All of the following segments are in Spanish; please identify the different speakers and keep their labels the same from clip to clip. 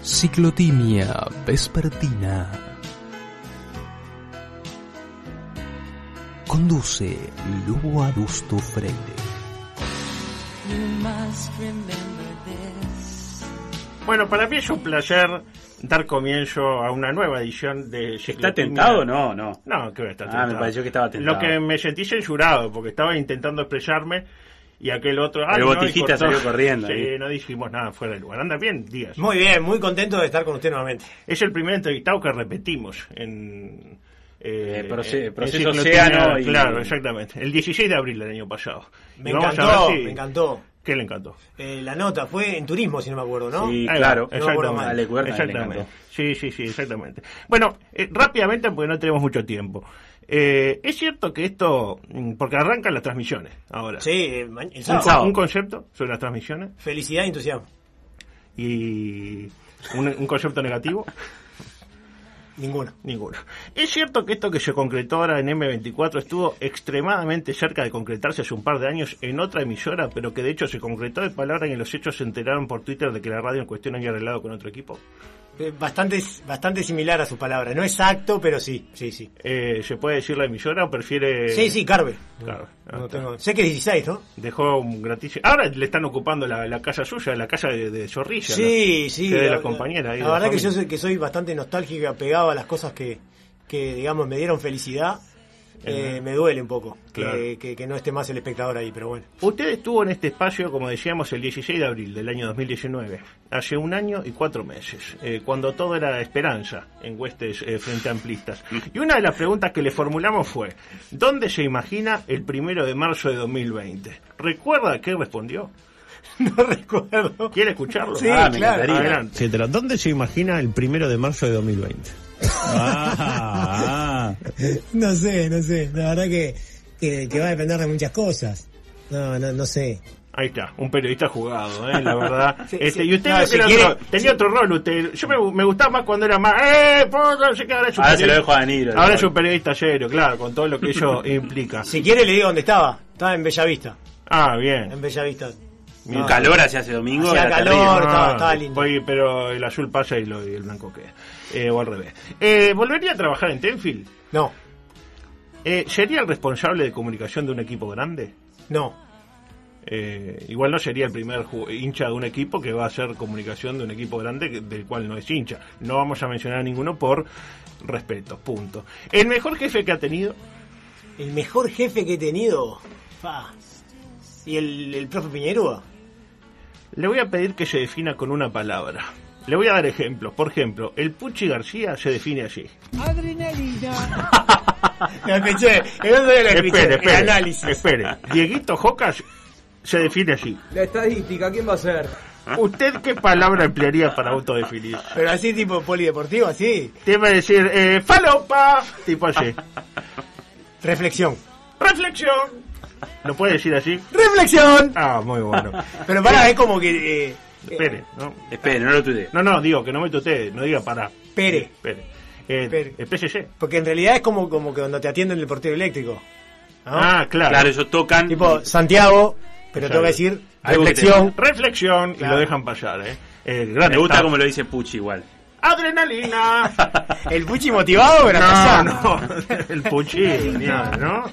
Speaker 1: Ciclotimia vespertina. Conduce Lubo Adusto Freire.
Speaker 2: You must remember this.
Speaker 3: Bueno, para mí es un placer dar comienzo a una nueva edición de
Speaker 4: ¿Está
Speaker 3: Ciclotimia.
Speaker 4: tentado? No, no.
Speaker 3: No, que está
Speaker 4: Ah,
Speaker 3: tentado.
Speaker 4: me pareció que estaba tentado.
Speaker 3: Lo que me sentí censurado, porque estaba intentando expresarme y aquel otro...
Speaker 4: El
Speaker 3: "Ay, no", y
Speaker 4: botijita
Speaker 3: cortó.
Speaker 4: salió corriendo
Speaker 3: Sí,
Speaker 4: ahí.
Speaker 3: no dijimos nada fuera de lugar. Anda bien, Díaz.
Speaker 5: Muy bien, muy contento de estar con usted nuevamente.
Speaker 3: Es el primer entrevistado que repetimos en... eh,
Speaker 4: Eh, proce-
Speaker 3: en
Speaker 4: proceso
Speaker 3: Ciclotimia,
Speaker 4: Océano y-
Speaker 3: Claro, exactamente. El 16 de abril del año pasado.
Speaker 5: Me
Speaker 3: Y vamos a
Speaker 5: encantó,
Speaker 3: ver si-
Speaker 5: me encantó.
Speaker 3: ¿Qué le encantó?
Speaker 5: Eh, la nota fue en turismo, si no me acuerdo, ¿no?
Speaker 4: Sí.
Speaker 3: Ahí va,
Speaker 4: claro.
Speaker 3: exactamente.
Speaker 5: No, bueno,
Speaker 4: Ale Cuerta le
Speaker 3: Exactamente.
Speaker 4: encantó.
Speaker 3: Sí, sí, sí, exactamente. Bueno, eh, rápidamente, porque no tenemos mucho tiempo. Eh, es cierto que esto, mm, porque arrancan las transmisiones ahora.
Speaker 5: Sí, eh, ma- el
Speaker 3: Un,
Speaker 5: sábado.
Speaker 4: sábado.
Speaker 3: un concepto sobre las transmisiones
Speaker 5: Felicidad y entusiasmo.
Speaker 3: y un, un concepto negativo,
Speaker 5: Ninguno.
Speaker 3: ninguno. Es cierto que esto que se concretó ahora en M24 estuvo extremadamente cerca de concretarse hace un par de años en otra emisora, pero que de hecho se concretó de palabra y en los hechos se enteraron por Twitter de que la radio en cuestión había arreglado con otro equipo.
Speaker 5: Eh, Bastante, bastante similar a sus palabras. No exacto, pero sí, sí, sí.
Speaker 3: Eh, ¿Se puede decir la emisora o prefiere...?
Speaker 5: Sí, sí, Carve.
Speaker 3: Claro. Ah,
Speaker 5: No tengo- Sé que es 16, ¿no?
Speaker 3: Dejó un gratis... Ahora le están ocupando la, la casa suya, la casa de, de Zorrilla.
Speaker 5: Sí,
Speaker 3: ¿no?
Speaker 5: sí.
Speaker 3: Que de
Speaker 5: la-
Speaker 3: la compañera. ahí,
Speaker 5: la
Speaker 3: de
Speaker 5: verdad que yo
Speaker 3: familia.
Speaker 5: soy, que soy bastante nostálgico y apegado a las cosas que, que digamos, me dieron felicidad. Eh, me duele un poco que-
Speaker 3: Claro.
Speaker 5: que, que no esté más el espectador ahí, pero bueno.
Speaker 3: Usted estuvo en este espacio, como decíamos, el 16 de abril del año 2019, hace un año y cuatro meses, eh, cuando todo era esperanza en huestes eh, frente amplistas. Y una de las preguntas que le formulamos fue, ¿dónde se imagina el primero de marzo de 2020? ¿Recuerda qué respondió?
Speaker 5: No recuerdo.
Speaker 3: ¿Quiere escucharlo?
Speaker 5: Sí,
Speaker 4: Ah, me
Speaker 5: claro.
Speaker 4: encantaría.
Speaker 3: Adelante.
Speaker 6: etcétera. ¿Dónde se imagina el primero de marzo de 2020?
Speaker 7: Ah, ah.
Speaker 8: No sé, no sé. La verdad que, que, que va a depender de muchas cosas. No, no, no sé.
Speaker 3: Ahí está, un periodista jugado, ¿eh? la verdad.
Speaker 5: Sí,
Speaker 3: Este,
Speaker 5: sí.
Speaker 3: y usted
Speaker 5: No,
Speaker 3: era
Speaker 5: si
Speaker 3: otro-
Speaker 5: quiere-
Speaker 3: tenía otro rol, usted. Yo me, me gustaba más cuando era más. ¡Eh! Por, no sé qué, ahora es un
Speaker 4: Ahora se lo
Speaker 3: periodista-
Speaker 4: dejo a Danilo.
Speaker 3: Ahora es un periodista serio, claro, con todo lo que eso implica.
Speaker 5: Si quiere le digo dónde estaba. Estaba en Bellavista.
Speaker 3: Ah, bien.
Speaker 5: En Bellavista.
Speaker 4: Un calor hacia hace domingo.
Speaker 5: Hacía
Speaker 4: era
Speaker 5: calor.
Speaker 4: terrible.
Speaker 5: estaba- estaba lindo.
Speaker 3: oye, Ah, pero el azul pasa y, lo, y el blanco queda. Eh, o al revés. Eh, ¿Volvería a trabajar en Tenfield?
Speaker 5: No,
Speaker 3: Eh, ¿Sería el responsable de comunicación de un equipo grande?
Speaker 5: no.
Speaker 3: Eh, igual no sería el primer ju- hincha de un equipo que va a hacer comunicación de un equipo grande que- del cual no es hincha. No vamos a mencionar a ninguno por respeto, punto. El mejor jefe que ha tenido,
Speaker 5: El mejor jefe que he tenido. fa. ¿Y el, el profe Piñerúa?
Speaker 3: le voy a pedir que se defina con una palabra. Le voy a dar ejemplos. Por ejemplo, el Puchi García se define así.
Speaker 5: Lo escuché. El otro día lo escuché.
Speaker 3: Espere, espere.
Speaker 5: El análisis.
Speaker 3: Espere. Dieguito Jocas se define así.
Speaker 9: La estadística, ¿quién va a ser?
Speaker 3: ¿Usted qué palabra emplearía para autodefinir?
Speaker 5: Pero así tipo polideportivo, así.
Speaker 3: Te iba a decir, eh, falopa, tipo así.
Speaker 5: Reflexión.
Speaker 3: Reflexión. ¿Lo puede decir así?
Speaker 5: ¡Reflexión!
Speaker 3: Ah, muy bueno.
Speaker 5: Pero para, es como que... eh,
Speaker 3: Espere, ¿no?
Speaker 4: Espere, no lo tuve.
Speaker 3: No, no, digo, que no mete usted, no diga para.
Speaker 5: Pere.
Speaker 3: Espere. Eh,
Speaker 5: Pere.
Speaker 3: el PSC.
Speaker 5: porque en realidad es como, como que cuando te atienden el portero eléctrico. ¿no?
Speaker 3: Ah, claro.
Speaker 4: Claro, ellos tocan.
Speaker 5: Tipo, Santiago, pero tengo que decir
Speaker 4: Algo que te-
Speaker 5: reflexión.
Speaker 3: Reflexión y
Speaker 5: Claro.
Speaker 3: lo dejan pasar, ¿eh? Eh,
Speaker 4: Me
Speaker 3: grande
Speaker 4: gusta
Speaker 3: está.
Speaker 4: como lo dice Pucci igual.
Speaker 3: Adrenalina.
Speaker 5: El Puchi motivado, pero
Speaker 3: no,
Speaker 5: pasado.
Speaker 3: no. El puchín, mira, ¿no?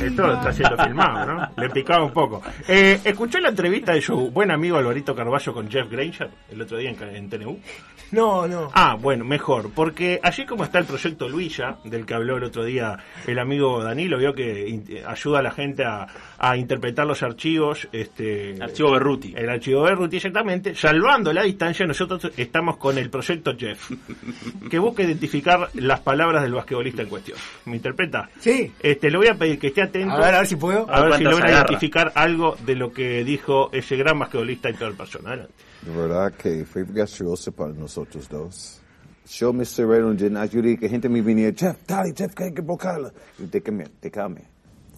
Speaker 3: Esto está siendo filmado, ¿no? Le picaba un poco. Eh, ¿Escuchó la entrevista de su buen amigo Alvarito Carballo con Jeff Granger el otro día en, en TNU?
Speaker 5: No, no.
Speaker 3: Ah, bueno, mejor, porque así como está el proyecto Luisa, del que habló el otro día el amigo Danilo, vio que in- ayuda a la gente a, a interpretar los archivos, este,
Speaker 4: Archivo Berruti.
Speaker 3: el archivo Berruti exactamente, salvando la distancia, nosotros estamos con el proyecto Jeff, que busca identificar las palabras del basquetbolista en cuestión. ¿Me interpreta?
Speaker 5: Sí.
Speaker 3: Este, le voy a pedir que esté atento.
Speaker 5: A ver, a ver si puedo.
Speaker 3: a ver si
Speaker 4: ¿Cuántas
Speaker 3: logra
Speaker 4: agarra?
Speaker 3: identificar algo de lo que dijo ese gran basquetbolista y toda persona. Adelante.
Speaker 10: De verdad que fue gracioso para nosotros dos. Yo me cerré un gym, ayudé "Ah, que gente me venía, Jeff, dale, Jeff, que hay que buscarla. Y déjame, déjame.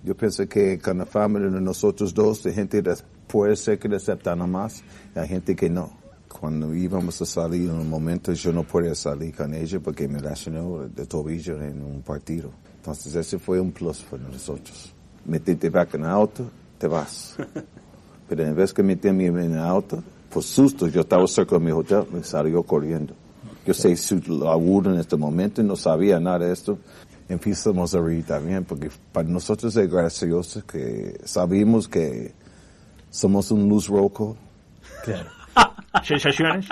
Speaker 10: Yo pienso que con la familia de nosotros dos, la gente des- puede ser que le aceptan más, la gente que no. Cuando íbamos a salir en un momento, yo no podía salir con ella porque me lesionó de tobillo en un partido. Entonces ese fue un plus para nosotros. Metiste back en el auto, te vas. Pero en vez que meterme en el auto, por susto, yo estaba cerca de mi hotel, me salió corriendo. Yo sé su laburo en este momento y no sabía nada de esto. Empezamos a reír también, porque para nosotros es gracioso que sabemos que somos un luz rojo.
Speaker 3: ¿Sensaciones?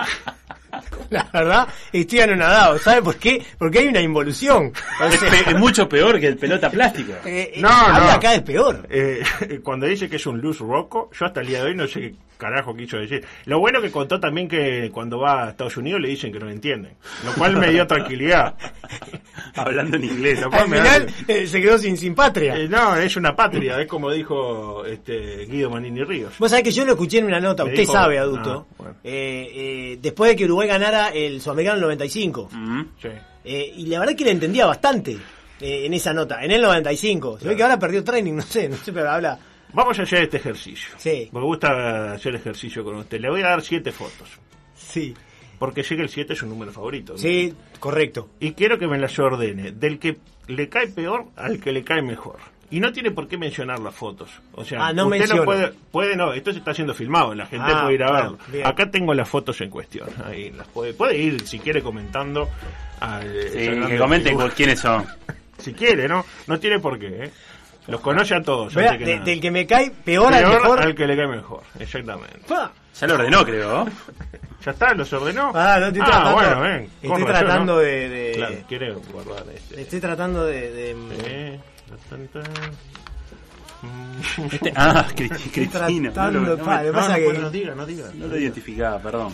Speaker 5: La verdad, estoy anonadado. ¿Sabe por qué? Porque hay una involución. O
Speaker 4: Es,
Speaker 5: sea,
Speaker 4: pe- es mucho peor que el pelota plástica.
Speaker 5: eh, eh,
Speaker 3: No,
Speaker 5: habla
Speaker 3: no.
Speaker 5: acá es peor.
Speaker 3: Eh, cuando dice que es un luz roco, yo hasta el día de hoy no sé qué carajo quiso decir. Lo bueno que contó también que cuando va a Estados Unidos le dicen que no lo entienden, lo cual me dio tranquilidad.
Speaker 4: Hablando en inglés.
Speaker 3: Lo cual
Speaker 5: Al
Speaker 3: me da-
Speaker 5: final eh, se quedó sin, sin patria.
Speaker 3: Eh, no, es una patria, es como dijo este, Guido Manini Ríos.
Speaker 5: Vos sabés que yo lo escuché en una nota,
Speaker 3: Me
Speaker 5: usted
Speaker 3: dijo-
Speaker 5: sabe, adulto.
Speaker 3: Ah, bueno.
Speaker 5: eh, eh, después de que Uruguay ganara el Sudamericano 95.
Speaker 4: Mm.
Speaker 3: Sí.
Speaker 5: Eh, y la verdad que le entendía bastante eh, en esa nota, en el 95. Se ve que ahora perdió training, no sé, no sé, pero habla.
Speaker 3: Vamos a hacer este ejercicio.
Speaker 5: Sí.
Speaker 3: Me gusta hacer ejercicio con usted. Le voy a dar siete fotos,
Speaker 5: Sí.
Speaker 3: porque sé que el siete es un número favorito.
Speaker 5: Sí, correcto.
Speaker 3: Y quiero que me las ordene, del que le cae peor al que le cae mejor. Y no tiene por qué mencionar las fotos. O sea,
Speaker 5: Ah, no
Speaker 3: usted
Speaker 5: menciono.
Speaker 3: no puede, puede no, esto se está siendo filmado, la gente
Speaker 5: Ah,
Speaker 3: puede ir a
Speaker 5: claro,
Speaker 3: verlo.
Speaker 5: bien.
Speaker 3: Acá tengo las fotos en cuestión. Ahí las puede, puede ir si quiere comentando al eh,
Speaker 4: Sí,
Speaker 3: Fernando
Speaker 4: que comenten
Speaker 3: Figueroa.
Speaker 4: con quiénes son.
Speaker 3: si quiere, ¿no? No tiene por qué, ¿eh? Los conoce a todos,
Speaker 5: Vea,
Speaker 3: antes que
Speaker 5: de-
Speaker 3: nada.
Speaker 5: del que me cae peor, al
Speaker 3: Peor
Speaker 5: mejor.
Speaker 3: al que le cae mejor, exactamente.
Speaker 5: Pa.
Speaker 4: Ya lo ordenó, creo. ¿no?
Speaker 3: ¿Ya está? ¿Los ordenó?
Speaker 5: Ah, no estoy
Speaker 3: Ah,
Speaker 5: tratando-
Speaker 3: bueno, ven.
Speaker 5: estoy
Speaker 3: con razón,
Speaker 5: tratando
Speaker 3: ¿no?
Speaker 5: de- de-
Speaker 3: Claro, quiere guardar este.
Speaker 5: Estoy tratando de. de-
Speaker 3: Eh, tan, tan, tan.
Speaker 4: Este- ah, Cri- Cristina.
Speaker 5: tratando,
Speaker 4: No lo, no
Speaker 5: pa,
Speaker 4: me-
Speaker 5: lo pasa que-
Speaker 3: pues diga, no diga.
Speaker 4: no lo identificaba, perdón.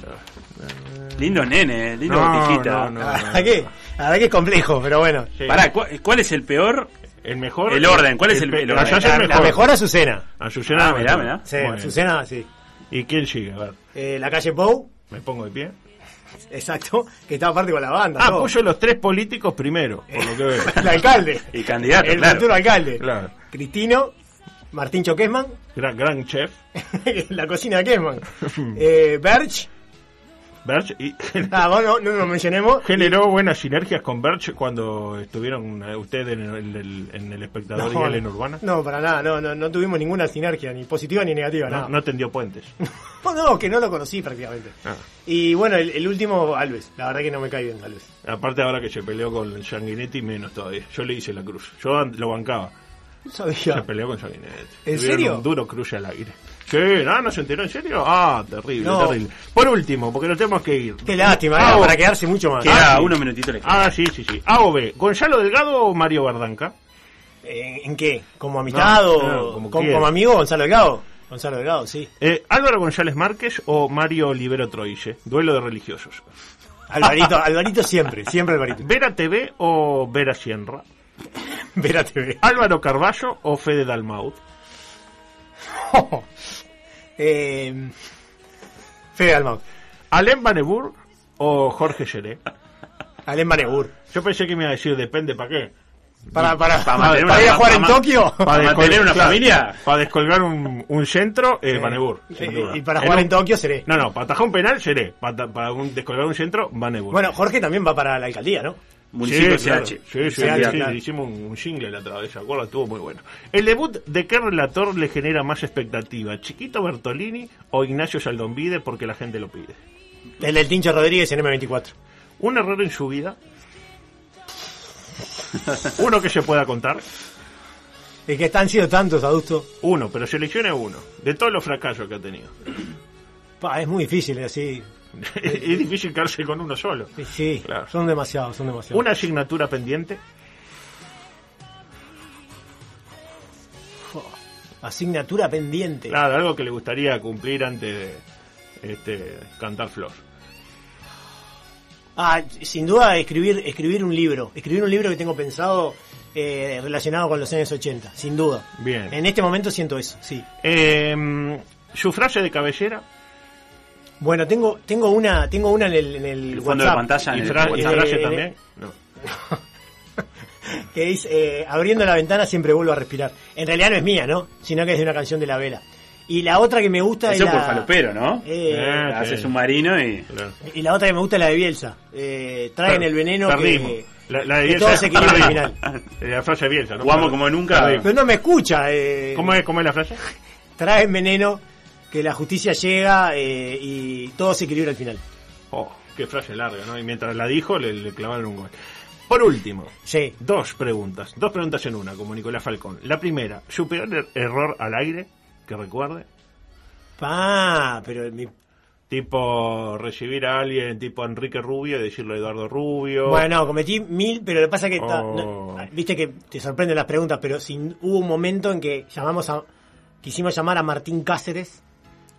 Speaker 4: Lindo nene, eh, lindo
Speaker 3: No,
Speaker 4: botijita.
Speaker 3: no, no.
Speaker 5: La verdad que, la verdad que es complejo, pero bueno.
Speaker 3: Sí.
Speaker 4: Pará, ¿cu- ¿cuál es el peor?
Speaker 3: el mejor.
Speaker 4: el orden, ¿cuál es el-
Speaker 3: pe-
Speaker 4: el
Speaker 3: no,
Speaker 4: orden?
Speaker 3: yo soy
Speaker 4: La-
Speaker 3: mejor.
Speaker 5: La mejor Azucena.
Speaker 3: Azucena,
Speaker 4: Ah, mirá,
Speaker 3: mejor.
Speaker 4: mirá.
Speaker 5: Sí,
Speaker 3: Muy bien.
Speaker 5: Azucena, sí.
Speaker 3: ¿Y quién sigue? A ver,
Speaker 5: Eh, la calle Pou,
Speaker 3: me pongo de pie.
Speaker 5: exacto, que estaba aparte con la banda.
Speaker 3: Ah,
Speaker 5: todo.
Speaker 3: puso los tres políticos primero, por lo que veo.
Speaker 5: El alcalde.
Speaker 4: El candidato,
Speaker 5: El
Speaker 4: claro.
Speaker 5: futuro alcalde.
Speaker 3: Claro.
Speaker 5: Cristino, Martín Choquesman,
Speaker 3: Gran, gran chef.
Speaker 5: la cocina de Kesman. Eh, Berch,
Speaker 3: Berch. Y
Speaker 5: ah, vos no, no nos mencionemos.
Speaker 3: generó buenas sinergias con Berch cuando estuvieron eh, ustedes en el, en el- en el espectador y él en Urbana.
Speaker 5: No, para nada, no, no, no tuvimos ninguna sinergia, ni positiva ni negativa,
Speaker 3: No,
Speaker 5: nada.
Speaker 3: no tendió puentes.
Speaker 5: No, no, que no lo conocí prácticamente.
Speaker 3: Ah.
Speaker 5: Y bueno, el, el último, Alves. La verdad que no me cae bien, Alves.
Speaker 3: Aparte ahora que se peleó con Sanguinetti, menos todavía. Yo le hice la cruz. Yo an- lo bancaba.
Speaker 5: No
Speaker 3: Se
Speaker 5: sabía.
Speaker 3: peleó con Sanguinetti.
Speaker 5: ¿En
Speaker 3: Tuvieron
Speaker 5: serio?
Speaker 3: un duro cruce al aire. ¿Qué? ¿No, no se enteró en serio? Ah, terrible,
Speaker 5: No.
Speaker 3: terrible. Por último, porque nos tenemos que ir.
Speaker 5: Qué lástima,
Speaker 3: Ah,
Speaker 5: era
Speaker 3: vos.
Speaker 5: para quedarse mucho más.
Speaker 4: Queda
Speaker 3: sí.
Speaker 4: unos minutitos le
Speaker 3: Ah, sí, sí, sí. A o B. ¿Gonzalo Delgado o Mario Bardanca?
Speaker 5: ¿En, en qué? ¿Como amistad
Speaker 3: No,
Speaker 5: o
Speaker 3: claro, como
Speaker 5: como,
Speaker 3: quiera.
Speaker 5: como amigo Gonzalo Delgado? Gonzalo Delgado, sí.
Speaker 3: Eh, ¿Álvaro González Márquez o Mario Olivero Troille? Duelo de religiosos.
Speaker 5: Alvarito, Alvarito siempre, siempre Alvarito.
Speaker 3: ¿Vera TV o Vera Sierra?
Speaker 5: Vera TV.
Speaker 3: ¿Álvaro Carballo o Fede Dalmaut?
Speaker 5: eh, Fede Almau.
Speaker 3: ¿Alem Banebur o Jorge Seré?
Speaker 5: Alem Banegur.
Speaker 3: Yo pensé que me iba a decir depende para qué.
Speaker 5: Para, para, para,
Speaker 4: mantener una-
Speaker 5: ir a jugar
Speaker 4: pa-
Speaker 5: en
Speaker 4: ma-
Speaker 5: Tokio.
Speaker 4: ¿Para mantener una familia?
Speaker 3: Para descolgar un, un centro, eh, Banebur. sin duda.
Speaker 5: Y, y para jugar en
Speaker 3: un-
Speaker 5: Tokio seré.
Speaker 3: No, no, para atajar un penal, seré. Para, para un- descolgar un centro, Banebur.
Speaker 5: Bueno, Jorge también va para la alcaldía, ¿no?
Speaker 4: Municipio
Speaker 3: Ah, sí,
Speaker 4: CH.
Speaker 3: claro. Sí, sí, sí,
Speaker 5: CH,
Speaker 3: sí,
Speaker 5: claro.
Speaker 3: hicimos un, un jingle la otra vez, ¿se acuerda? Estuvo muy bueno. ¿El debut de qué relator le genera más expectativa? ¿Chiquito Bertolini o Ignacio Saldonvide porque la gente lo pide?
Speaker 5: El del Tincho Rodríguez en M24.
Speaker 3: ¿Un error en su vida? Uno que se pueda contar.
Speaker 5: Es que están sido tantos, adusto.
Speaker 3: Uno, pero seleccione uno. De todos los fracasos que ha tenido.
Speaker 5: Pa, es muy difícil así.
Speaker 3: es difícil quedarse con uno solo.
Speaker 5: Sí, sí,
Speaker 3: Claro.
Speaker 5: son demasiados, son demasiados.
Speaker 3: Una asignatura pendiente.
Speaker 5: Asignatura pendiente.
Speaker 3: Claro, algo que le gustaría cumplir antes de este, cantar flor.
Speaker 5: Ah, sin duda escribir, escribir un libro. Escribir un libro que tengo pensado eh, relacionado con los años 80, sin duda.
Speaker 3: Bien.
Speaker 5: En este momento siento eso, sí.
Speaker 3: Eh, su frase de cabellera
Speaker 5: Bueno, tengo, tengo una, tengo una en el, en el
Speaker 4: El fondo de
Speaker 5: WhatsApp
Speaker 4: pantalla
Speaker 3: y,
Speaker 4: en el
Speaker 3: fra- y
Speaker 4: WhatsApp.
Speaker 3: frase
Speaker 5: Eh,
Speaker 3: también. No.
Speaker 5: que es eh, abriendo la ventana siempre vuelvo a respirar. En realidad no es mía, ¿no? Sino que es de una canción de la vela. Y la otra que me gusta es
Speaker 4: Eso
Speaker 5: la...
Speaker 4: por falopero, ¿no?
Speaker 5: Eh,
Speaker 3: Ah,
Speaker 4: Hace
Speaker 3: sí.
Speaker 4: submarino y.
Speaker 3: Claro.
Speaker 5: Y la otra que me gusta es la de Bielsa. Eh, traen el veneno
Speaker 3: Perdimos.
Speaker 5: que...
Speaker 3: la, la de
Speaker 5: que
Speaker 3: Bielsa
Speaker 5: todo
Speaker 3: es-
Speaker 5: se equilibra al
Speaker 3: perdimos.
Speaker 5: final.
Speaker 3: La frase de Bielsa, ¿no?
Speaker 4: Jugamos como nunca.
Speaker 3: Perdimos.
Speaker 5: Pero no me escucha. Eh,
Speaker 3: ¿Cómo es, ¿Cómo es la frase?
Speaker 5: Traen veneno que la justicia llega eh, y todo se equilibra al final.
Speaker 3: Oh, qué frase larga, ¿no? Y mientras la dijo, le, le clavaron un gol. Por último,
Speaker 5: Sí.
Speaker 3: dos preguntas. Dos preguntas en una, como Nicolás Falcón. La primera, ¿su peor er- error al aire que recuerde?
Speaker 5: Pa, pero mi-
Speaker 3: Oh. Tipo recibir a alguien tipo Enrique Rubio y decirle Eduardo Rubio.
Speaker 5: Bueno, cometí mil, pero lo que pasa que ta-
Speaker 3: Oh.
Speaker 5: no- viste que te sorprenden las preguntas, pero sin, hubo un momento en que llamamos a quisimos llamar a Martín Cáceres